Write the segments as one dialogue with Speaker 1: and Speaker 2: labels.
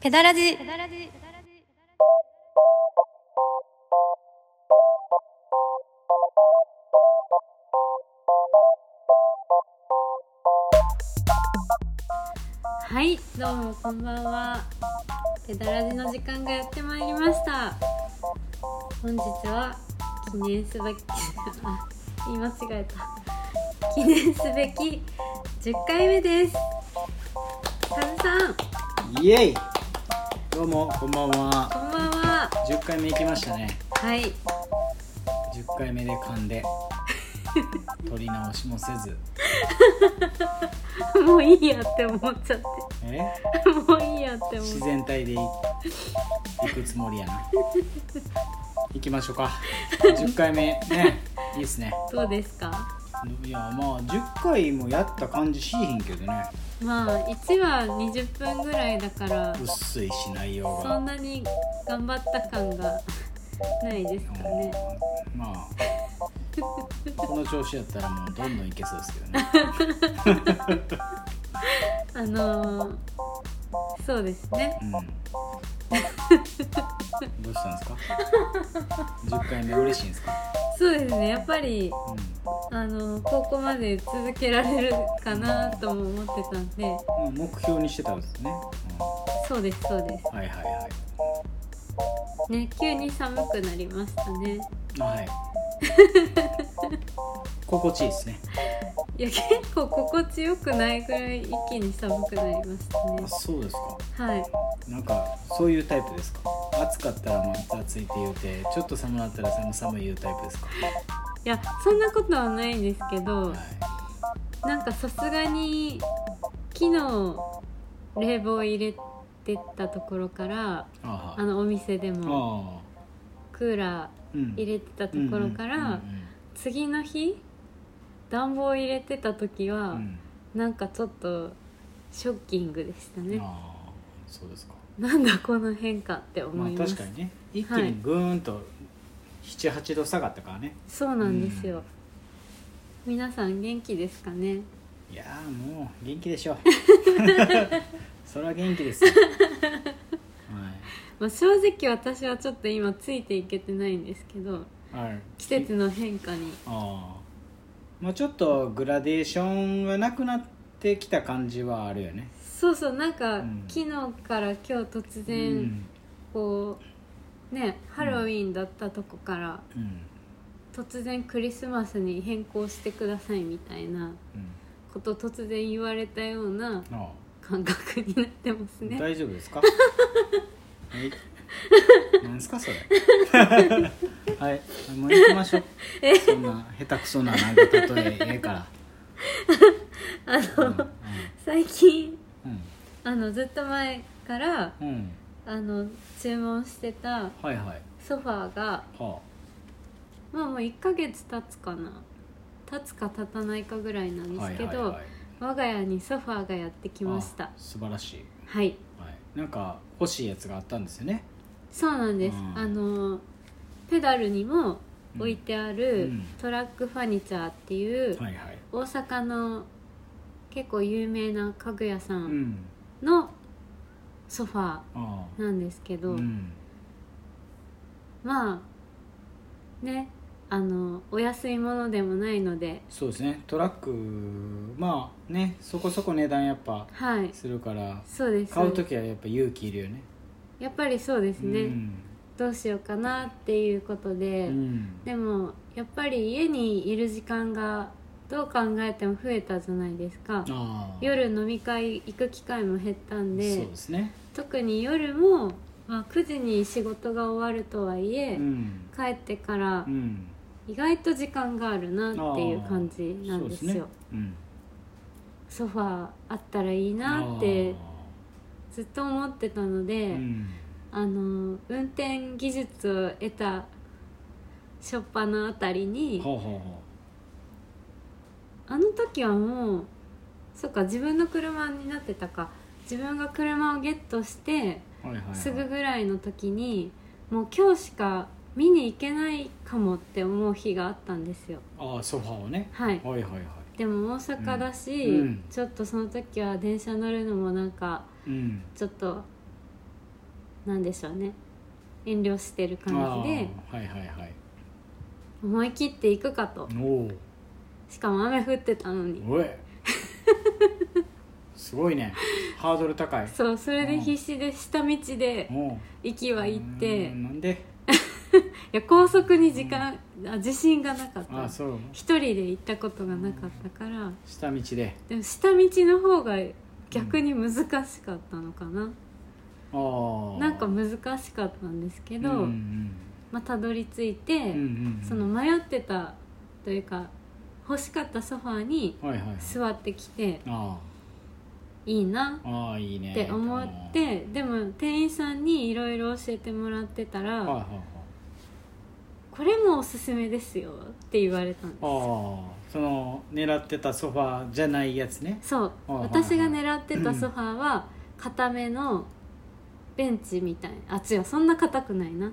Speaker 1: ペダラジはいどうもこんばんはペダラジの時間がやってまいりました本日は記念すべきあ言い間違えた記念すべき10回目ですカズさん
Speaker 2: イエイどうもこんばんは
Speaker 1: こんばんは
Speaker 2: 10回目行きましたね
Speaker 1: はい
Speaker 2: 10回目で噛んで取り直しもせず
Speaker 1: もういいやって思っちゃって
Speaker 2: え
Speaker 1: もういいやって思
Speaker 2: 自
Speaker 1: う
Speaker 2: 然体でい行くつもりやな行きましょ うか10回目ねいいっすね
Speaker 1: どうですか
Speaker 2: いやまあ10回もやった感じしひんけどね
Speaker 1: まあ1話20分ぐらいだから
Speaker 2: 薄いし内容
Speaker 1: そ
Speaker 2: が
Speaker 1: んなに頑張った感がないですかね
Speaker 2: うんまあこの調子やったらもうどんどんいけそうですけどね
Speaker 1: あのー、そうですね
Speaker 2: うんどうしたんですか10回目嬉しいんですか、
Speaker 1: そうですねやっぱり
Speaker 2: うん
Speaker 1: あのーここまで続けられるかなとも思ってたんで
Speaker 2: まあ、目標にしてたんですね、
Speaker 1: そうですそうで
Speaker 2: うん、はいはいは
Speaker 1: すね急に寒くなりましたね
Speaker 2: いはい心地いいですね
Speaker 1: いや結構心地よくないぐらい一気に寒くなりましたね
Speaker 2: あそうですか
Speaker 1: はい
Speaker 2: なんかそういうタイプですか暑かったらまた暑いって言うてちょっと寒かったら寒寒い言うタイプですか、
Speaker 1: いやそんなことはないんですけど
Speaker 2: は
Speaker 1: なんかさすがに昨日冷房入れてったところから
Speaker 2: い、あ
Speaker 1: あのお店で
Speaker 2: あ
Speaker 1: も
Speaker 2: ああ
Speaker 1: クーラ
Speaker 2: うん
Speaker 1: ー入れてたところから、次の日暖房入れてた時は、
Speaker 2: うんうんうん
Speaker 1: なんかちょっとショッキングでした
Speaker 2: うん
Speaker 1: ね、
Speaker 2: ああそうですか
Speaker 1: なんだこの変化って思
Speaker 2: まあ
Speaker 1: いま
Speaker 2: 確
Speaker 1: す、
Speaker 2: かにね一気にぐーんと78度下がったからね、
Speaker 1: そうなんですよ、皆さん元気ですかね
Speaker 2: い、やーもう元気 でしょうそれは元気ですよ、
Speaker 1: まあ、正直私はちょっと今ついていけてないんですけど
Speaker 2: はい、はい
Speaker 1: 季節の変化に
Speaker 2: ああまあちょっとグラデーションがなくなってきた感じはあるよね
Speaker 1: そうそうなんか、
Speaker 2: うん
Speaker 1: 昨日から今日突
Speaker 2: う
Speaker 1: 然、
Speaker 2: ん、
Speaker 1: こうねハロウィンだったとこから、
Speaker 2: うん
Speaker 1: 突然クリスマスに変更してくださいみたいな
Speaker 2: うん
Speaker 1: こと突然言われたような
Speaker 2: あ
Speaker 1: 感覚になってます
Speaker 2: あ
Speaker 1: ね
Speaker 2: 大丈夫で すかはい何ですかそれ はいもう行き ましょうそんな下手くそななんか例えええから
Speaker 1: あ
Speaker 2: う
Speaker 1: の、
Speaker 2: んうん
Speaker 1: 最近
Speaker 2: うん
Speaker 1: あのずっと前から
Speaker 2: うん、
Speaker 1: あの注文してた
Speaker 2: はいはい
Speaker 1: ソファーが
Speaker 2: は
Speaker 1: まあもう1ヶ月経つかな経つか経たないかぐらいなん
Speaker 2: あ、
Speaker 1: で
Speaker 2: は
Speaker 1: す
Speaker 2: い
Speaker 1: けど、
Speaker 2: はいはい、
Speaker 1: 我が家にソファーがやってきました
Speaker 2: あ素晴らしい、
Speaker 1: はい
Speaker 2: はい、なんか欲しいやつがあったんですよね、
Speaker 1: そうなんです、
Speaker 2: うん
Speaker 1: あのペダルにも置いてある、
Speaker 2: うん
Speaker 1: トラックファニチャーっていう、
Speaker 2: はいはい
Speaker 1: 大阪の結構有名な家具屋さ
Speaker 2: うんん
Speaker 1: のソファ
Speaker 2: あ
Speaker 1: ーなんですけ
Speaker 2: あ
Speaker 1: ど、
Speaker 2: うん
Speaker 1: まあねあのお安いものでもないので
Speaker 2: そうですねトラックまあねそこそこ値段やっぱ
Speaker 1: はい
Speaker 2: するから
Speaker 1: そうです
Speaker 2: 買う時はやっぱ勇気いるよね
Speaker 1: やっぱりそうですね、
Speaker 2: うん
Speaker 1: どうしようかなっていうこと
Speaker 2: う
Speaker 1: で、
Speaker 2: ん、
Speaker 1: でもやっぱり家にいる時間がどう考えても増えたじゃないですか
Speaker 2: ああ
Speaker 1: 夜飲み会行く機会も減ったんで
Speaker 2: そうですね
Speaker 1: 特に夜も、まあ、9時に仕事が終わるとはいえ、
Speaker 2: うん
Speaker 1: 帰ってから
Speaker 2: うん
Speaker 1: 意外と時間があるなっていう感じなんですよ
Speaker 2: そうねうん
Speaker 1: ソファーあったらいいなってずっと思ってたので、
Speaker 2: ああうん
Speaker 1: あの運転技術を得た初っ端のあたりに
Speaker 2: ほうほうほ
Speaker 1: あの時はもうそっか自分の車になってたか自分が車をゲットして
Speaker 2: うはいはい、はい、
Speaker 1: すぐぐらいの時にもう今日しか見に行けないかもって思う日があったんですよ
Speaker 2: ああソファーをね
Speaker 1: はい
Speaker 2: はいはいはい
Speaker 1: でも大阪だし、
Speaker 2: うんうん
Speaker 1: ちょっとその時は電車乗るのもなんか
Speaker 2: うん
Speaker 1: ちょっとなんでしょうね遠慮してる
Speaker 2: あ
Speaker 1: 感じで
Speaker 2: ーはいはいはい
Speaker 1: 思い切っていくかと
Speaker 2: おお
Speaker 1: しかも雨降ってたのに
Speaker 2: おいすごいねハードル高い
Speaker 1: そうそれで必死で下道で
Speaker 2: も
Speaker 1: 息
Speaker 2: う
Speaker 1: は行って
Speaker 2: うー
Speaker 1: い
Speaker 2: んなんで
Speaker 1: や高速に時間あ自信がなかっ
Speaker 2: あ
Speaker 1: た
Speaker 2: あそう
Speaker 1: 一人で行ったことがなかったから
Speaker 2: 下道で
Speaker 1: でも下道の方が逆に難しかったのかな、
Speaker 2: ああ
Speaker 1: なんか難しかったんですけど、
Speaker 2: うんうん
Speaker 1: まあたどり着いて、
Speaker 2: うんうんうん
Speaker 1: その迷ってたというか欲しかったソファーに
Speaker 2: はいはいはい
Speaker 1: 座ってきて
Speaker 2: あ
Speaker 1: いいな
Speaker 2: あああいいね
Speaker 1: って思ってでも店員さんにいろいろ教えてもらってた
Speaker 2: ああはい
Speaker 1: ら
Speaker 2: はいはい
Speaker 1: 「これもおすすめですよ」って言われたんです
Speaker 2: ああその狙ってたソファーじゃないやつね
Speaker 1: そう
Speaker 2: あはいはい
Speaker 1: 私が狙ってたソファーは固めのベンチみたいなあ違うそんな硬くないな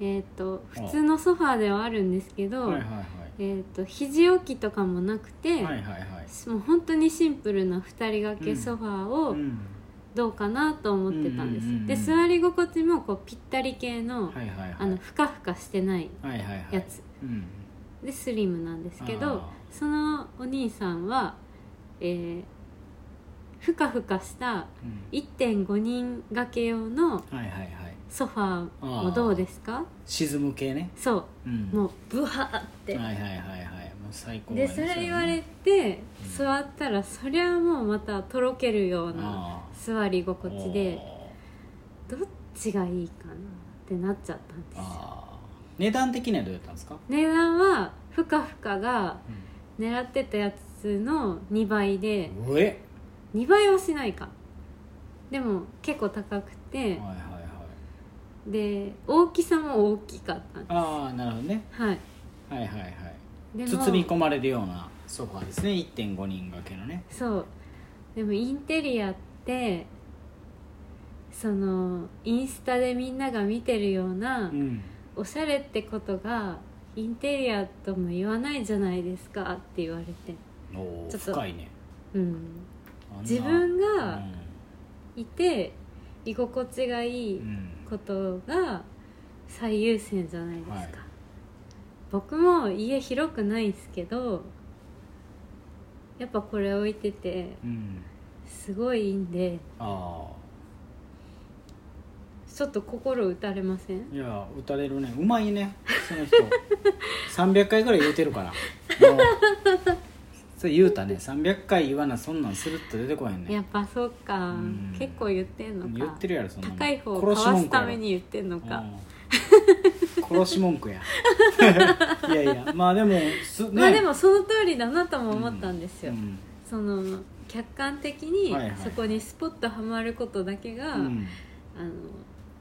Speaker 1: えっ、と
Speaker 2: あ
Speaker 1: 普通のソファーではあるんですけど、
Speaker 2: はいはいは
Speaker 1: えっ、と肘置きとかもなくて、
Speaker 2: いはいはいはい
Speaker 1: もう本当にシンプルな2人掛けソファーを
Speaker 2: うん
Speaker 1: どうかなと思ってたんです、
Speaker 2: うんうんうんうん
Speaker 1: で座り心地もこうぴったり系の,、
Speaker 2: はいはいはい
Speaker 1: あのふかふかしてない
Speaker 2: はいはいはい
Speaker 1: やつ
Speaker 2: うん
Speaker 1: でスリムなんですけど
Speaker 2: あ
Speaker 1: そのお兄さんは、えーふかふかした
Speaker 2: うん
Speaker 1: 1.5人掛け用の
Speaker 2: はいはいはい
Speaker 1: ソファーもどうですか
Speaker 2: 沈む系ね
Speaker 1: そ
Speaker 2: うん
Speaker 1: うもうブハーって、
Speaker 2: はいはいはいはいもう最高
Speaker 1: で
Speaker 2: やね
Speaker 1: それ言わ
Speaker 2: ね
Speaker 1: れて
Speaker 2: うん
Speaker 1: 座ったらそりゃもうまたとろけるような
Speaker 2: あ
Speaker 1: 座り
Speaker 2: あ
Speaker 1: 心地で
Speaker 2: おー
Speaker 1: どっちがいいかなってなっちゃったんですよ
Speaker 2: あー値段的にはどうやったんですか
Speaker 1: 値段はふかふかが
Speaker 2: う
Speaker 1: 狙ってたやつの2倍で
Speaker 2: んうえ
Speaker 1: 2倍はしないかでも結構高くて
Speaker 2: はいはいはい
Speaker 1: で大きさも大きかったんです
Speaker 2: ああなるほどね
Speaker 1: はい
Speaker 2: はいはいはい
Speaker 1: で
Speaker 2: 包み込まれるようなソファーですね1.5人掛けのね
Speaker 1: そうでもインテリアってそのインスタでみんなが見てるような
Speaker 2: うん
Speaker 1: おしゃれってことがインテリアとも言わないじゃないですかって言われて
Speaker 2: おー
Speaker 1: ちょっと
Speaker 2: 深いね
Speaker 1: うん
Speaker 2: あんな
Speaker 1: 自分
Speaker 2: う
Speaker 1: が
Speaker 2: ん
Speaker 1: いて居心地がいい
Speaker 2: うん
Speaker 1: ことが最優先じゃないですか、
Speaker 2: はい
Speaker 1: 僕も家広くないんですけどやっぱこれ置いてて
Speaker 2: うん
Speaker 1: すごいいいんで
Speaker 2: あ
Speaker 1: ちょっと心打たれません
Speaker 2: あいや打たれるねうまいね その人300回ぐらい言うてるからもうそれ言うたね300回言わなそんなんするっと出てこへん
Speaker 1: や
Speaker 2: ね
Speaker 1: っぱそうか、
Speaker 2: うん
Speaker 1: 結構言ってんのか
Speaker 2: 言ってるやろそんなもん
Speaker 1: 高い方をか
Speaker 2: 殺
Speaker 1: わ
Speaker 2: し文
Speaker 1: す
Speaker 2: 句や
Speaker 1: た
Speaker 2: ろ
Speaker 1: めに言ってんのか、
Speaker 2: うん殺し文 句やいやいやまあでもす、ね、
Speaker 1: まあでもその通りだなとも思ったんですよ、
Speaker 2: うん
Speaker 1: その客観的に
Speaker 2: はいはい
Speaker 1: そこにスポッとはまることだけが、
Speaker 2: うん
Speaker 1: あの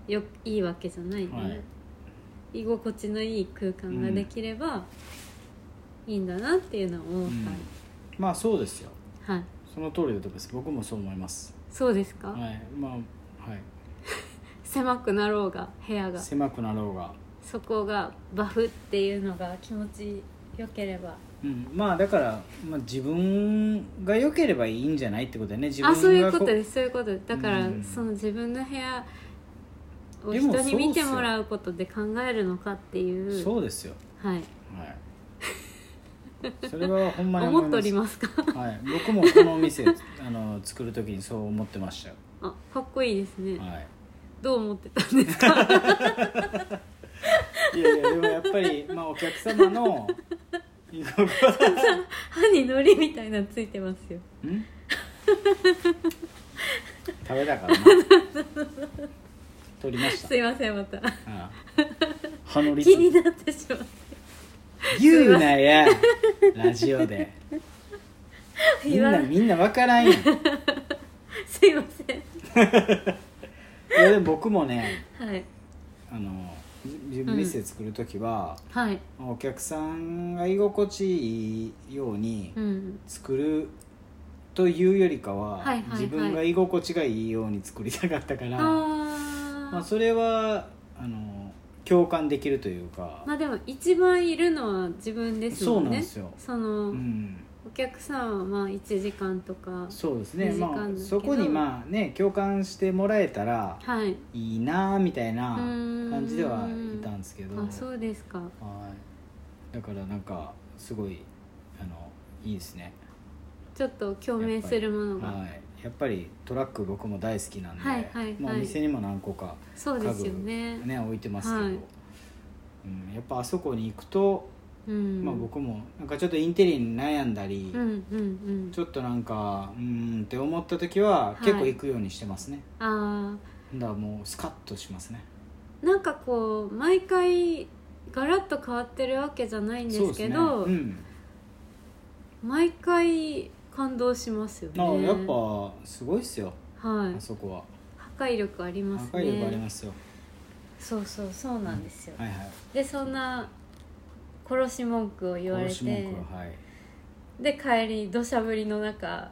Speaker 1: よいいわけじゃないんで、
Speaker 2: はい
Speaker 1: 居心地のいい空間ができればいいんだなっていうのを思
Speaker 2: う
Speaker 1: っ
Speaker 2: んまあそうですよ
Speaker 1: た、はい
Speaker 2: その通りだと思います僕もそう思います
Speaker 1: そうですか、
Speaker 2: はいまあはい
Speaker 1: 狭くなろうが部屋が
Speaker 2: 狭くなろうが、
Speaker 1: そこがバフっていうのが気持ちよければ
Speaker 2: うん、まあだから、まあ、自分が良ければいいんじゃないってことだよね自分
Speaker 1: あ
Speaker 2: が
Speaker 1: そういうこと
Speaker 2: で
Speaker 1: ですそういうことですだから、
Speaker 2: うん
Speaker 1: その自分の部屋を
Speaker 2: でも
Speaker 1: 人に見て
Speaker 2: そうっすよ
Speaker 1: もらうことで考えるのかっていう
Speaker 2: そうですよ
Speaker 1: はい
Speaker 2: はいそれはほんまに
Speaker 1: 思ってお
Speaker 2: い
Speaker 1: りますか
Speaker 2: はい、僕もこのお店 あの作る時にそう思ってましたよ、
Speaker 1: あかっこいいですね、
Speaker 2: は
Speaker 1: どう思ってたんですか
Speaker 2: い、いやいやでもやっぱり、まあ、お客様 の居心地
Speaker 1: 歯にのりみたいなのついてますよ
Speaker 2: ん食べたからな取り ました
Speaker 1: すいませんまた
Speaker 2: ああ歯のリ
Speaker 1: 気になってしまって
Speaker 2: 言うなやラジオでみん
Speaker 1: 言わ
Speaker 2: な
Speaker 1: ない
Speaker 2: みんな分から んやんい
Speaker 1: すいません
Speaker 2: やでも僕もね
Speaker 1: はい
Speaker 2: あのじ自分店作る時は、
Speaker 1: はい
Speaker 2: お客さんが居心地いいように
Speaker 1: うん
Speaker 2: 作るというよりかは、
Speaker 1: はいはいはい
Speaker 2: 自分が居心地がいいように作りたかったから、
Speaker 1: あー
Speaker 2: まあ、それはあの共感できるというか、
Speaker 1: まあでも一番いるのは自分ですもんね
Speaker 2: そうなんですよ
Speaker 1: その、
Speaker 2: うん
Speaker 1: お客さんはまあ1時間とか
Speaker 2: そうですね
Speaker 1: 2時間だ
Speaker 2: ま
Speaker 1: け
Speaker 2: あ
Speaker 1: ど
Speaker 2: そこにまあね共感してもらえたら
Speaker 1: はい
Speaker 2: いいなみたいな
Speaker 1: ーん
Speaker 2: 感じではいたんですけど
Speaker 1: あそうですか
Speaker 2: はいだからなんかすごいあのいいですね
Speaker 1: ちょっと共鳴するものが、
Speaker 2: はいやっぱりトラック僕も大好きなんで、
Speaker 1: はいはいはい
Speaker 2: まあ、お店にも何個か
Speaker 1: そうですよね
Speaker 2: ね置いてますけど、
Speaker 1: はい
Speaker 2: うん、やっぱあそこに行くと、
Speaker 1: うん
Speaker 2: まあ、僕もなんかちょっとインテリに悩んだり、
Speaker 1: うんうんうん
Speaker 2: ちょっとなんかうーんって思った時は
Speaker 1: はい
Speaker 2: 結構行くようにしてますね、
Speaker 1: あ
Speaker 2: だからもうスカッとしますね
Speaker 1: ーなんかこう毎回ガラッと変わってるわけじゃないんで
Speaker 2: そう
Speaker 1: すけど、
Speaker 2: ですね、
Speaker 1: 毎回感動しますよ
Speaker 2: うん、あ
Speaker 1: ね
Speaker 2: やっぱすごいっすよ、
Speaker 1: はい
Speaker 2: あそこは
Speaker 1: 破壊力ありますね
Speaker 2: 破壊力ありますよ、
Speaker 1: そうそうそうなんですよ、
Speaker 2: はいはい
Speaker 1: でそんな殺し文句を言われ
Speaker 2: 殺し文
Speaker 1: て
Speaker 2: 句ははい
Speaker 1: で帰り土砂降りの中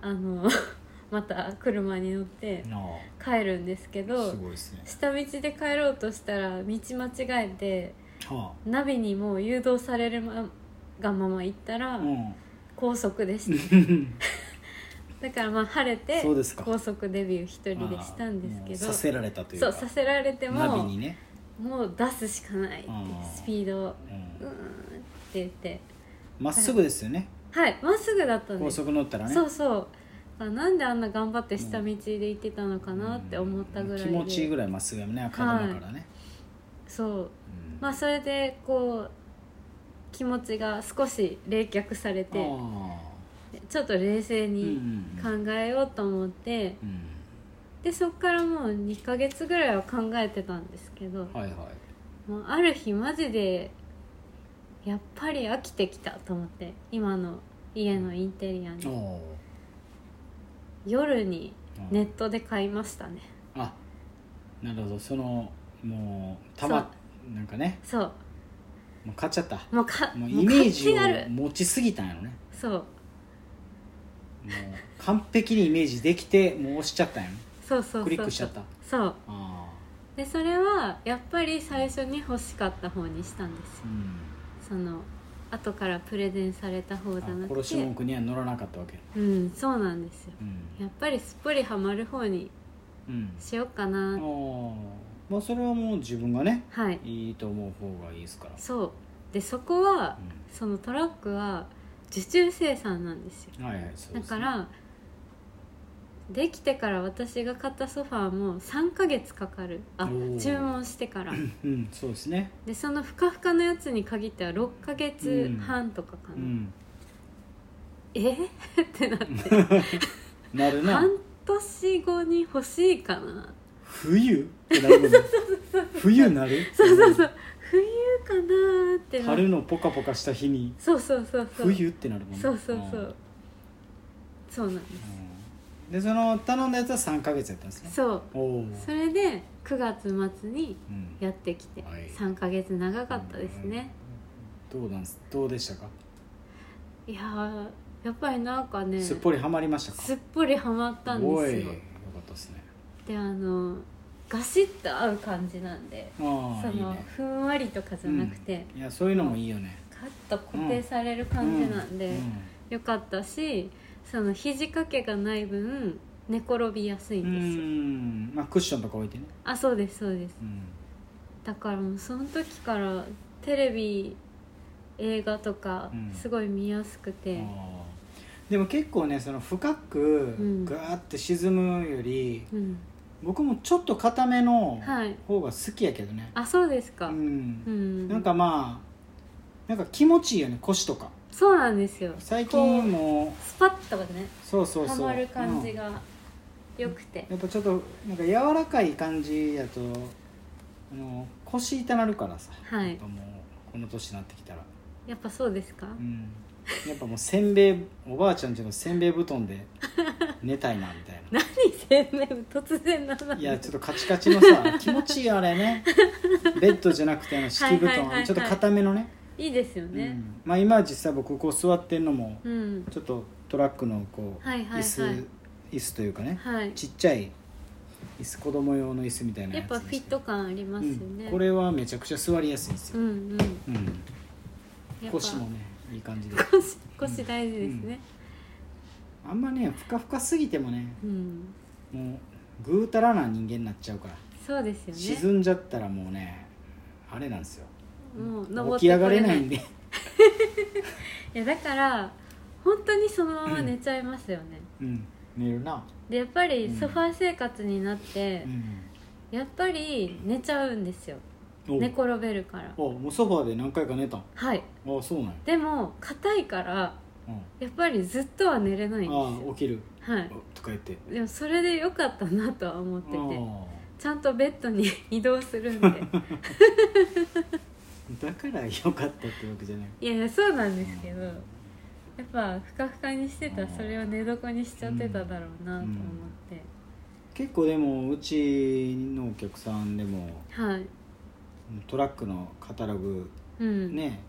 Speaker 1: あの また車に乗って
Speaker 2: あ
Speaker 1: 帰るんですけ
Speaker 2: あ
Speaker 1: ど
Speaker 2: すごいですね
Speaker 1: 下道で帰ろうとしたら道間違えて
Speaker 2: は
Speaker 1: ナビにもう誘導されるまがまま行った
Speaker 2: あ
Speaker 1: ら
Speaker 2: うん
Speaker 1: 高速で しただからまあ晴れて
Speaker 2: そうですか
Speaker 1: 高速デビュー一人でしたんですけ
Speaker 2: ああもう
Speaker 1: ど
Speaker 2: させられたという
Speaker 1: そ
Speaker 2: か
Speaker 1: うさせられて
Speaker 2: ナビ
Speaker 1: も
Speaker 2: にね、
Speaker 1: もう出すしかないって
Speaker 2: あー
Speaker 1: スピードを
Speaker 2: う
Speaker 1: うーん
Speaker 2: ん
Speaker 1: って言って
Speaker 2: まっすぐですよね、
Speaker 1: はいまっすぐだったんで
Speaker 2: 高
Speaker 1: す、
Speaker 2: 速乗ったらね
Speaker 1: そうそうあなんであんな頑張って下道で行ってたのかなって思ったぐらいで、
Speaker 2: 気持ちいいぐらいまっすぐやもんね赤玉からね、
Speaker 1: そう
Speaker 2: うん
Speaker 1: まあそれでこう気持ちが少し冷却されて
Speaker 2: あ
Speaker 1: ちょっと冷静
Speaker 2: ー
Speaker 1: に
Speaker 2: うん
Speaker 1: 考えようと思って、
Speaker 2: うん
Speaker 1: でそっからもう2ヶ月ぐらいは考えてたんですけど、
Speaker 2: はいはい
Speaker 1: もうある日マジでやっぱり飽きてきたと思って今の家のインテリアに
Speaker 2: お
Speaker 1: 夜に
Speaker 2: ー
Speaker 1: ネットで買いましたね
Speaker 2: あなるほどそのもうたまなんかね
Speaker 1: そう
Speaker 2: もう買っちゃった
Speaker 1: もうか
Speaker 2: もうイメージ
Speaker 1: もう買って
Speaker 2: を
Speaker 1: ある
Speaker 2: 持ちすぎたんやろね
Speaker 1: そう
Speaker 2: もう完璧にイメージできてもう押しちゃったんやろ
Speaker 1: そうそうそうそう
Speaker 2: クリックしちゃった
Speaker 1: そう
Speaker 2: あ
Speaker 1: でそれはやっぱり最初に欲しかった方にしたんです
Speaker 2: あ、う
Speaker 1: よ
Speaker 2: ん、
Speaker 1: その後からプレゼンされた方じゃな
Speaker 2: あ
Speaker 1: く
Speaker 2: 殺し文
Speaker 1: て
Speaker 2: 句には乗らなかったわけ
Speaker 1: うんそうなんですよ
Speaker 2: うん
Speaker 1: やっぱりすっぽりハマる方に
Speaker 2: うん
Speaker 1: しようかな
Speaker 2: ああまあそれはもう自分がね
Speaker 1: はい
Speaker 2: いいと思う方がいいですから
Speaker 1: そうでそこは
Speaker 2: う
Speaker 1: そのトラックは受注生産なんですよ
Speaker 2: んはいはいそう
Speaker 1: だ
Speaker 2: ですね
Speaker 1: からできてから私が買ったソファーも3ヶ月かかるあ
Speaker 2: おー
Speaker 1: 注文してから
Speaker 2: うんそうですね
Speaker 1: でそのふかふかのやつに限っては6ヶ月半とかかな、
Speaker 2: うん
Speaker 1: えってなって
Speaker 2: なるな
Speaker 1: 半年後に欲しいかな
Speaker 2: 冬ってなるもんね冬なる
Speaker 1: そうそうそう冬かなってな
Speaker 2: 春のポカポカした日に
Speaker 1: そうそうそうそう
Speaker 2: 冬ってなるもんね
Speaker 1: そうそうそ
Speaker 2: ん
Speaker 1: うそうなんで
Speaker 2: うんでその頼んだやつは3か月やったんですね
Speaker 1: すそう
Speaker 2: おお
Speaker 1: それで9月末に
Speaker 2: うん
Speaker 1: やってきて
Speaker 2: はい
Speaker 1: 3ヶ月長かったですね、
Speaker 2: どうなんすどうでしたか
Speaker 1: いやーやっぱりなんかね
Speaker 2: すっぽりはまりましたか
Speaker 1: すっぽりハマったん
Speaker 2: お
Speaker 1: です
Speaker 2: いよ
Speaker 1: よ
Speaker 2: かったですね
Speaker 1: であのガシッと合う感じなんで
Speaker 2: あ
Speaker 1: そ
Speaker 2: あいい
Speaker 1: の
Speaker 2: ね
Speaker 1: ふんわりとかじゃなくて、
Speaker 2: いやそういうのもいいよね
Speaker 1: カッと固定される感じなんで、
Speaker 2: う
Speaker 1: よかったしその肘掛けがない分寝転びやすい
Speaker 2: うん
Speaker 1: ですよ、
Speaker 2: んまあクッションとか置いてね
Speaker 1: あそうですそうです
Speaker 2: うん
Speaker 1: だからもうその時からテレビ映画とか
Speaker 2: うん
Speaker 1: すごい見やすくて、
Speaker 2: あーでも結構ねその深く
Speaker 1: ん
Speaker 2: ガーって沈むより、
Speaker 1: うん
Speaker 2: 僕もちょっと固めの
Speaker 1: はい
Speaker 2: 方が好きやけどね、
Speaker 1: あそうですか、
Speaker 2: う
Speaker 1: うん
Speaker 2: ん、なん
Speaker 1: ん
Speaker 2: かまあなんか気持ちいいよね腰とか
Speaker 1: そうなんですよ
Speaker 2: 最
Speaker 1: こ
Speaker 2: 近
Speaker 1: う
Speaker 2: も
Speaker 1: スパッとね
Speaker 2: そうそ
Speaker 1: は
Speaker 2: うそう
Speaker 1: まる感じ
Speaker 2: うん
Speaker 1: が良くて、
Speaker 2: やっぱちょっとなんか柔らかい感じやとあの腰痛なるからさ、
Speaker 1: はい
Speaker 2: やっぱもうこの年になってきたら、
Speaker 1: やっぱそうですか、
Speaker 2: うん、やっぱもうせんべいおばあちゃんちのせんべい布団で寝たいなみたいな
Speaker 1: 何せんべい 突然なの
Speaker 2: いやちょっとカチカチ のさ気持ちいいよあれねベッドじゃなくてあの敷布団、
Speaker 1: はいはいはいはい
Speaker 2: ちょっと固めのね
Speaker 1: いいですよ
Speaker 2: う
Speaker 1: ね
Speaker 2: ん、まあ今は実際僕こう座ってんのも
Speaker 1: うん、
Speaker 2: ちょっとトラックのこう、
Speaker 1: はいはいはい
Speaker 2: 椅子椅子というかね、
Speaker 1: はい
Speaker 2: ちっちゃい椅子子供用の椅子みたいな
Speaker 1: やっぱ
Speaker 2: で
Speaker 1: フ
Speaker 2: す
Speaker 1: ィット感ありますよね、
Speaker 2: うん、これはめちゃくちゃ座りやすいんです
Speaker 1: う
Speaker 2: よ、
Speaker 1: んうん
Speaker 2: うん
Speaker 1: やっぱ
Speaker 2: 腰もねいい感じで
Speaker 1: 腰腰大事ですね
Speaker 2: あんまねふかふかすぎてもね
Speaker 1: うん、
Speaker 2: もうぐうたらな人間になっちゃうから
Speaker 1: そうですよね
Speaker 2: 沈んじゃったらもうねあれなんですよ
Speaker 1: もう登っ
Speaker 2: 起
Speaker 1: て
Speaker 2: き上
Speaker 1: こ
Speaker 2: が
Speaker 1: れ
Speaker 2: れ
Speaker 1: な
Speaker 2: ないい
Speaker 1: い
Speaker 2: んで
Speaker 1: やだから本当にそのまま寝ちゃいますよね、
Speaker 2: うん寝るな
Speaker 1: でやっぱり
Speaker 2: うん
Speaker 1: ソファー生活になって
Speaker 2: う、ん
Speaker 1: やっぱり寝ちゃうんですよ
Speaker 2: お
Speaker 1: 寝転べるから
Speaker 2: あもうソファーで何回か寝たん
Speaker 1: はい
Speaker 2: あそうなんや、
Speaker 1: でも硬いから
Speaker 2: うん、あ
Speaker 1: やっぱりずっとは寝れないんです
Speaker 2: あ起きる
Speaker 1: よはい
Speaker 2: とか言って
Speaker 1: でもそれで良かったなとは思ってて
Speaker 2: あ
Speaker 1: ちゃんとベッドに移動す るんで
Speaker 2: あだから良かったってわけじゃない
Speaker 1: いやいやそうなんですけどやっぱふかふかにしてたらそれを寝床にしちゃってただろうなと思って、
Speaker 2: 結構でもうちのお客さんでも
Speaker 1: はい
Speaker 2: トラックのカタログ
Speaker 1: うん、
Speaker 2: ね、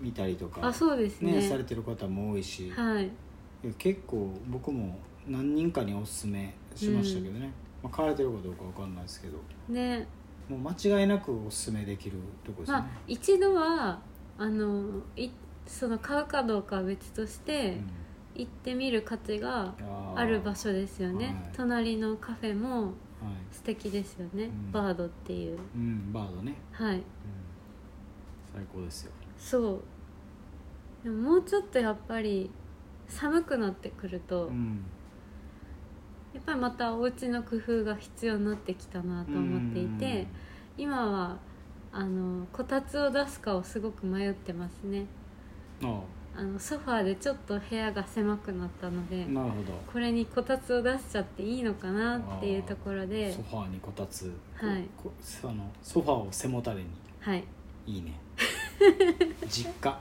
Speaker 2: 見たりとか
Speaker 1: あそうですね
Speaker 2: ねされてる方も多いし、
Speaker 1: はい
Speaker 2: いや結構僕も何人かにおすすめしましたけどね、まあ、買われてるかどうかわかんないですけど
Speaker 1: ね
Speaker 2: もう間違いなくおすすめできるとこですね、
Speaker 1: まあ一度はあのいその買うかどうかは別として、行ってみる価値が
Speaker 2: うん
Speaker 1: ある場、所ですよね、
Speaker 2: はい
Speaker 1: 隣のカフェも
Speaker 2: いやーはい
Speaker 1: 素敵ですよね、
Speaker 2: ん
Speaker 1: バードっていう
Speaker 2: うん、バードね、
Speaker 1: はい
Speaker 2: うん、最高ですよ
Speaker 1: そうでももうちょっとやっぱり寒くなってくると、
Speaker 2: うん
Speaker 1: やっぱりまたお家の工夫が必要になってきたなと思っていて、今はあのこたつを出すかをすごく迷ってますね
Speaker 2: うんあ
Speaker 1: あのソファーでちょっと部屋が狭くなったので
Speaker 2: あなるほど
Speaker 1: これにこたつを出しちゃっていいのかなっていうところで
Speaker 2: ソファーにこたつ、
Speaker 1: はい
Speaker 2: こそのソファーを背もたれに
Speaker 1: はい
Speaker 2: い いね実家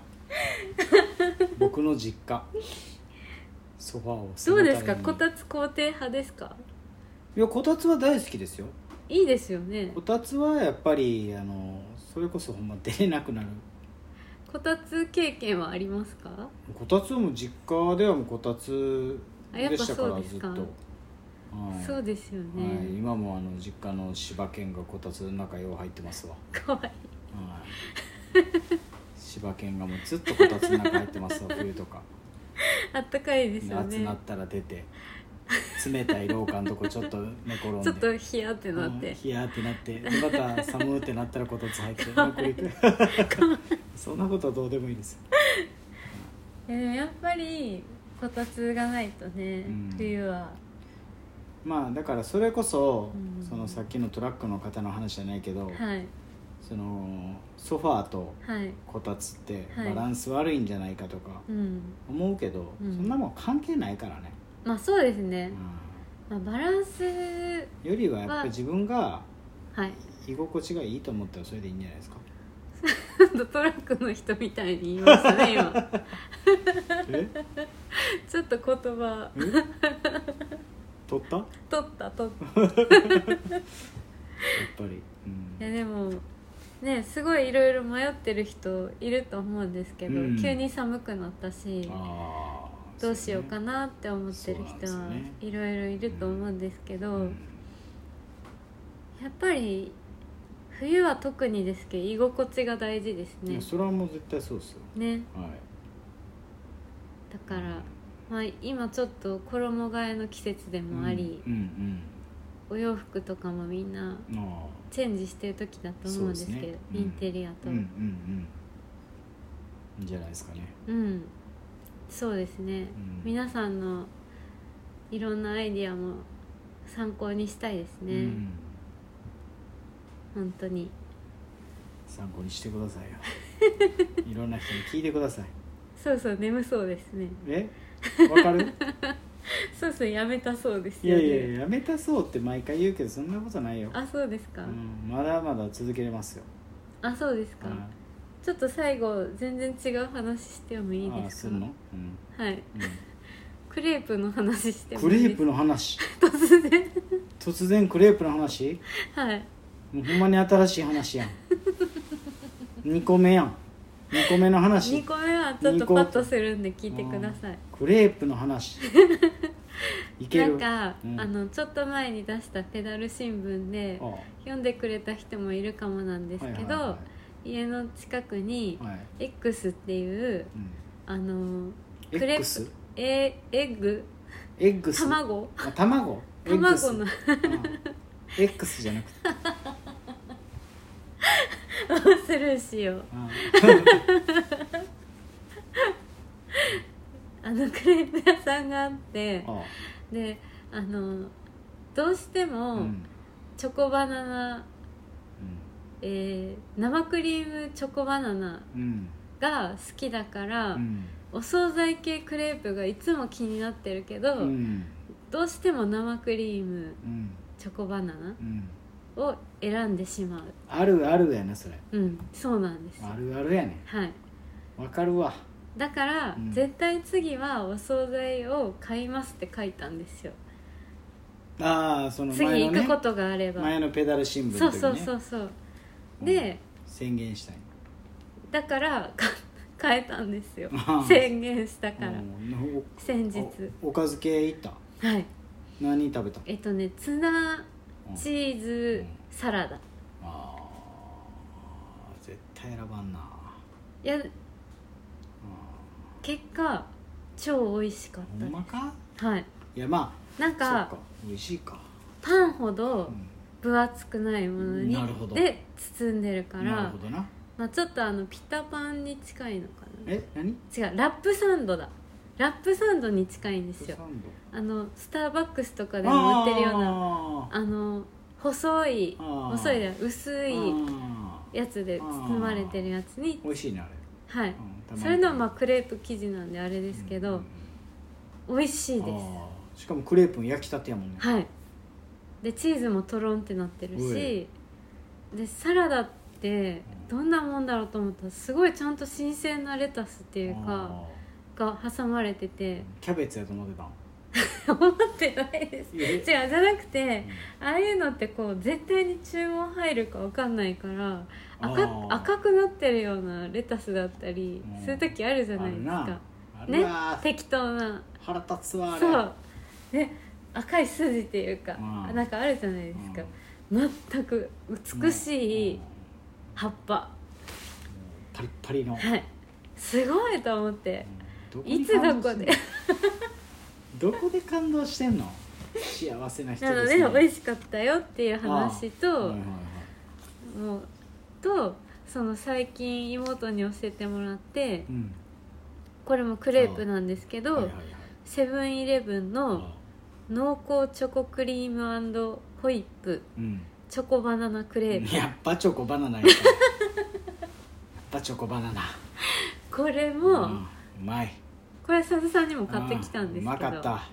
Speaker 2: 僕の実家ソファーを背
Speaker 1: ど
Speaker 2: も
Speaker 1: う
Speaker 2: れ
Speaker 1: で
Speaker 2: に
Speaker 1: すかこたつ肯定派ですか
Speaker 2: いやこたつは大好きですよ
Speaker 1: いいですよね
Speaker 2: こたつはやっぱりあのそれこそほんま出れなくなる
Speaker 1: こたつ経験はありますか
Speaker 2: こたつはもう実家ではもうこたつ
Speaker 1: あやっ
Speaker 2: で
Speaker 1: ぱ
Speaker 2: したか
Speaker 1: そ
Speaker 2: ら
Speaker 1: うで
Speaker 2: ず
Speaker 1: す
Speaker 2: っ
Speaker 1: か
Speaker 2: と、はい
Speaker 1: そうですよ
Speaker 2: はい、
Speaker 1: ね、
Speaker 2: 今もあの実家の柴犬がこたつの中よう入ってますわ
Speaker 1: かわいい
Speaker 2: はい柴犬がもうずっとこたつの中入ってますわ冬とか
Speaker 1: あったかいです
Speaker 2: で
Speaker 1: よ
Speaker 2: 暑
Speaker 1: ね
Speaker 2: なったら出て冷たい廊下のとこちょっと寝転んで
Speaker 1: ちょっとヒヤってなっ
Speaker 2: うん
Speaker 1: て、
Speaker 2: ヒヤーってなってでまた寒ーってなったらこたつ入ってまくり そんなことはどうでもいいですよ
Speaker 1: えでもやっぱりこたつがないとね、
Speaker 2: うん
Speaker 1: 冬は
Speaker 2: まあだからそれこそ,、
Speaker 1: うん
Speaker 2: そのさっきのトラックの方の話じゃないけど、
Speaker 1: はい
Speaker 2: そのソファーと
Speaker 1: はい
Speaker 2: こたつって
Speaker 1: はい
Speaker 2: バランス悪いんじゃないかとか
Speaker 1: うん
Speaker 2: 思うけど、
Speaker 1: うん
Speaker 2: そんなもん関係ないからね、
Speaker 1: まあそうですね
Speaker 2: う、
Speaker 1: まあ、バランス
Speaker 2: んよりはやっぱり自分が
Speaker 1: はい
Speaker 2: 居心地がいいと思ったらそれでいいんじゃないですか
Speaker 1: トラックの人みたいに言いましたね 今
Speaker 2: え
Speaker 1: ちょっと言葉
Speaker 2: 取ったやっ
Speaker 1: 取った取った
Speaker 2: ぱり、うん
Speaker 1: いやでもねすごいいろいろ迷ってる人いると思うんですけど、
Speaker 2: うん
Speaker 1: 急に寒くなったし
Speaker 2: あー
Speaker 1: どうしようか
Speaker 2: そ
Speaker 1: なって思ってる人
Speaker 2: そうな
Speaker 1: は
Speaker 2: んですよね
Speaker 1: いろいろいると思うんですけど、
Speaker 2: うね
Speaker 1: やっぱり冬は特にですけど居心地が大事です
Speaker 2: うんい
Speaker 1: ね
Speaker 2: やそれはもう絶対そうですよ
Speaker 1: ね
Speaker 2: はい
Speaker 1: だから、まあ、今ちょっと衣替えの季節でもあり、
Speaker 2: うんうん
Speaker 1: お洋服とかもみんな
Speaker 2: うんあ
Speaker 1: チェンジしてる時だと思うんですけど
Speaker 2: そうですねうん
Speaker 1: インテリア
Speaker 2: ー
Speaker 1: と
Speaker 2: うんうんうんいいんじゃないですかね
Speaker 1: うんそうですね、
Speaker 2: うん
Speaker 1: 皆さんのいろんなアイディアも参考にしたいですね、
Speaker 2: うん、
Speaker 1: 本当に
Speaker 2: 参考にしてくだ さいよいろんな人に聞いてください
Speaker 1: そうそう眠そうですね
Speaker 2: えわかる
Speaker 1: そうそうやめたそうです
Speaker 2: い
Speaker 1: よ
Speaker 2: や
Speaker 1: ね
Speaker 2: いやいややめたそうって毎回言うけどそんなことないよ、
Speaker 1: あそうですか、
Speaker 2: うん、まだまだ続けれますよ
Speaker 1: あそうですか、
Speaker 2: うん
Speaker 1: ちょっと最後全然違う話してもいい
Speaker 2: あ
Speaker 1: で
Speaker 2: ー
Speaker 1: す
Speaker 2: す
Speaker 1: か
Speaker 2: んの、うん
Speaker 1: はい
Speaker 2: うん
Speaker 1: クレープの話しても
Speaker 2: クレ
Speaker 1: いい
Speaker 2: ープの 話
Speaker 1: です突然
Speaker 2: 突然クレープの話
Speaker 1: はい
Speaker 2: もうほんまに新しい話 やん二個目やん二個目の話
Speaker 1: 2個目はちょっとパッとするんで聞いてください
Speaker 2: クレープの 話いけ
Speaker 1: な
Speaker 2: る
Speaker 1: んか、
Speaker 2: うん
Speaker 1: あのちょっと前に出したペダル新聞で
Speaker 2: ああ
Speaker 1: 読んでくれた人もいるかもなんですけど、
Speaker 2: はいはいはい
Speaker 1: 家の近くに
Speaker 2: はい
Speaker 1: X っていう
Speaker 2: うん
Speaker 1: あのクレープ
Speaker 2: X?
Speaker 1: えエッグ
Speaker 2: エッグス
Speaker 1: 卵
Speaker 2: あ卵
Speaker 1: 卵の
Speaker 2: X, X じゃなくて
Speaker 1: スルーしよう
Speaker 2: あ
Speaker 1: あのクレープ屋さんがあって
Speaker 2: あ
Speaker 1: であのどうして
Speaker 2: う
Speaker 1: も
Speaker 2: ん
Speaker 1: チョコバナナ、えー生クリームチョコバナナ
Speaker 2: うんうん
Speaker 1: が好きだから、
Speaker 2: うん
Speaker 1: お惣菜系クレープがいつも気になってるけど、
Speaker 2: うん
Speaker 1: どうしても生クリーム
Speaker 2: うん
Speaker 1: チョコバナナ
Speaker 2: うん
Speaker 1: を選んでしま
Speaker 2: あるあるやなそれ
Speaker 1: ううんそうなんです
Speaker 2: あるあるやね
Speaker 1: はい
Speaker 2: わかるわ
Speaker 1: だから、
Speaker 2: うん
Speaker 1: 絶対次はお惣菜を買いますって書いたんですよ、
Speaker 2: ああその
Speaker 1: 次
Speaker 2: 前の
Speaker 1: 行く
Speaker 2: ね
Speaker 1: ことがあれば、
Speaker 2: 前のペダル新聞
Speaker 1: そう
Speaker 2: とい
Speaker 1: そうう
Speaker 2: ね
Speaker 1: そうそう、
Speaker 2: うん
Speaker 1: で
Speaker 2: 宣 言したい
Speaker 1: だから か変えたんですよ
Speaker 2: あー
Speaker 1: 宣言したから、
Speaker 2: うん
Speaker 1: 先日
Speaker 2: おおおかず系いった
Speaker 1: はい
Speaker 2: 何食べた
Speaker 1: えっとねツナ
Speaker 2: うん
Speaker 1: チーズサラダ、
Speaker 2: あー絶対選ばんない
Speaker 1: や結果超美味しかっ
Speaker 2: ほんまか
Speaker 1: たはい
Speaker 2: いやま
Speaker 1: なん
Speaker 2: あ
Speaker 1: か
Speaker 2: そうか美味しいか、
Speaker 1: パンほど
Speaker 2: うん
Speaker 1: 分厚くないものに
Speaker 2: なるほど
Speaker 1: で包んでるから
Speaker 2: なるほどな
Speaker 1: まあ、ちょっとあのピタパンに近いのかな
Speaker 2: え何
Speaker 1: 違うラップサンドだラップサンドに近いんですよ
Speaker 2: サンド
Speaker 1: あのスターバックスとかでも売ってるような
Speaker 2: な
Speaker 1: あの細い
Speaker 2: あー
Speaker 1: 細いじゃない薄いやつで包まれてるやつに
Speaker 2: 美味しいねあれ、
Speaker 1: はいう
Speaker 2: んたまに
Speaker 1: それのまあクレープ生地なんであれですけ
Speaker 2: うん
Speaker 1: ど
Speaker 2: うん、
Speaker 1: 美味しいです
Speaker 2: あーしかもクレープも焼きたてやもんね
Speaker 1: はいでチーズもトロンってなってる
Speaker 2: う
Speaker 1: しでサラダってどんなもんだろうと思ったらすごいちゃんと新鮮なレタスっていうか
Speaker 2: あ
Speaker 1: が挟まれて
Speaker 2: ー
Speaker 1: て
Speaker 2: キャベツやと思ってたん
Speaker 1: 思ってないです
Speaker 2: いや
Speaker 1: 違うじゃなくてああいうのってこう絶対に注文入るかわかんないから赤
Speaker 2: あー
Speaker 1: 赤くなってるようなレタスだったり
Speaker 2: うん
Speaker 1: する時あるじゃないです
Speaker 2: あ
Speaker 1: か
Speaker 2: るなあれ
Speaker 1: ね
Speaker 2: は
Speaker 1: 適当な
Speaker 2: 腹立つわあれ
Speaker 1: そうね赤い筋っていうか
Speaker 2: うん
Speaker 1: なんかあるじゃないですか
Speaker 2: うん
Speaker 1: 全く美し
Speaker 2: う
Speaker 1: い
Speaker 2: ん
Speaker 1: 葉っぱ
Speaker 2: パリッパリの、
Speaker 1: はいすごいと思って
Speaker 2: どこ
Speaker 1: い
Speaker 2: に
Speaker 1: つど
Speaker 2: 感動
Speaker 1: こ
Speaker 2: してんの
Speaker 1: で
Speaker 2: どこで感動して んの幸せな人
Speaker 1: なの
Speaker 2: です
Speaker 1: で
Speaker 2: ね
Speaker 1: 美味しかったよっていう話
Speaker 2: はい
Speaker 1: と
Speaker 2: はいはい
Speaker 1: もうとその最近妹に教えてもらって
Speaker 2: うん
Speaker 1: これもクレープなんですけ
Speaker 2: はいは
Speaker 1: ど
Speaker 2: いはい
Speaker 1: セブンイレブンの濃厚チョコクリームホイップ
Speaker 2: うん
Speaker 1: チョコバナナクレープ
Speaker 2: やっぱチョコバナ ナやからやっぱチョコバナナ
Speaker 1: これ
Speaker 2: う
Speaker 1: も
Speaker 2: んうまい
Speaker 1: これさずさんにも買ってきたんですけど
Speaker 2: ううまかった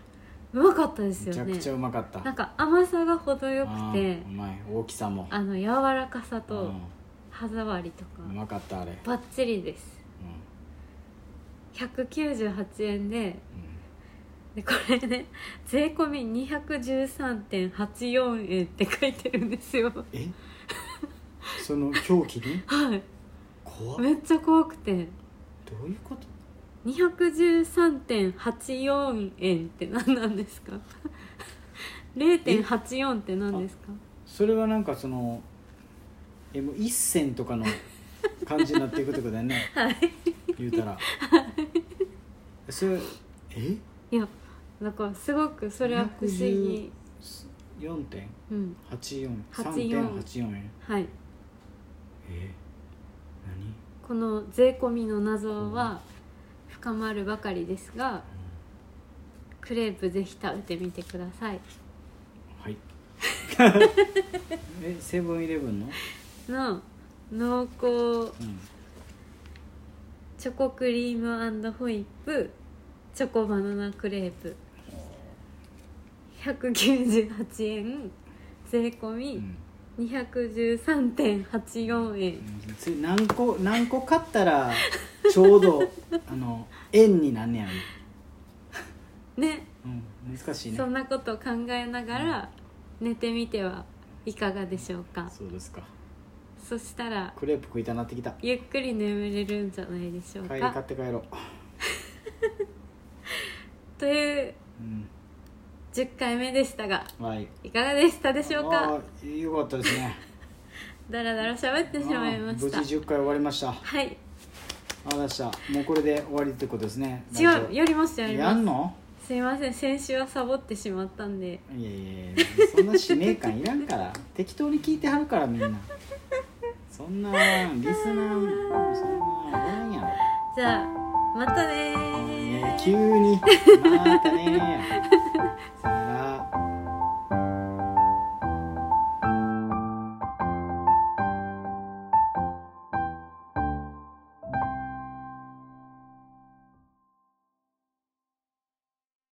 Speaker 1: うまかったです
Speaker 2: めち
Speaker 1: よ
Speaker 2: ゃく
Speaker 1: ね
Speaker 2: ちゃうまかった
Speaker 1: なんか甘さが程よく
Speaker 2: う
Speaker 1: て
Speaker 2: んうまい大きさも
Speaker 1: あの柔らかさと歯触りとか
Speaker 2: うんうまかったあれ、うん
Speaker 1: バッチリです198円ででこれね税込み213.84円って書いてるんですよ
Speaker 2: うんえその狂気に
Speaker 1: はい
Speaker 2: 怖っ
Speaker 1: めっちゃ怖くて
Speaker 2: どういうこと
Speaker 1: 213.84円って何なんです か0.84って何ですか
Speaker 2: それはなんかそのえもう一銭とかの感じになっていくってことだよね
Speaker 1: はい
Speaker 2: 言うたらそれえ
Speaker 1: いやだからすごくそれは不思議
Speaker 2: 4点
Speaker 1: うん
Speaker 2: 八四三
Speaker 1: 84
Speaker 2: 点八四円
Speaker 1: はい
Speaker 2: え何
Speaker 1: この税込みの謎は深まるばかりですがクレープぜひ食べてみてください
Speaker 2: はいえセブンイレブンの
Speaker 1: の濃厚
Speaker 2: うん
Speaker 1: チョコクリームホイップチョコバナナクレープ198円税込
Speaker 2: う
Speaker 1: み
Speaker 2: ん
Speaker 1: 213.84円
Speaker 2: つ何個何個買ったらちょうどあの円になんねやろ
Speaker 1: ね
Speaker 2: うん難しいね
Speaker 1: そんなことを考えながら寝てみてはいかがでしょうか
Speaker 2: そうですか
Speaker 1: そしたら
Speaker 2: クレープ食いたなってきた
Speaker 1: ゆっくり眠れるんじゃないでしょう
Speaker 2: 帰り買
Speaker 1: か
Speaker 2: って帰ろう、
Speaker 1: という
Speaker 2: うん、
Speaker 1: 10回目でしたが
Speaker 2: はい
Speaker 1: いかがでしたでしょうか
Speaker 2: あーよかったですね
Speaker 1: だらだら喋ってしまいました
Speaker 2: 無事10回終わりました
Speaker 1: はい
Speaker 2: あ出したもうこれで終わりってことですね
Speaker 1: 違うやりますやり
Speaker 2: や
Speaker 1: ま
Speaker 2: ん
Speaker 1: す
Speaker 2: の
Speaker 1: すいません先週はサボってしまったんで
Speaker 2: いやいやいやそんな使命感いらんから 適当に聞いてはるからみんなそんなリスナーそんなおらんやろ
Speaker 1: じゃあまたね
Speaker 2: い
Speaker 1: ー
Speaker 2: や急にまたねー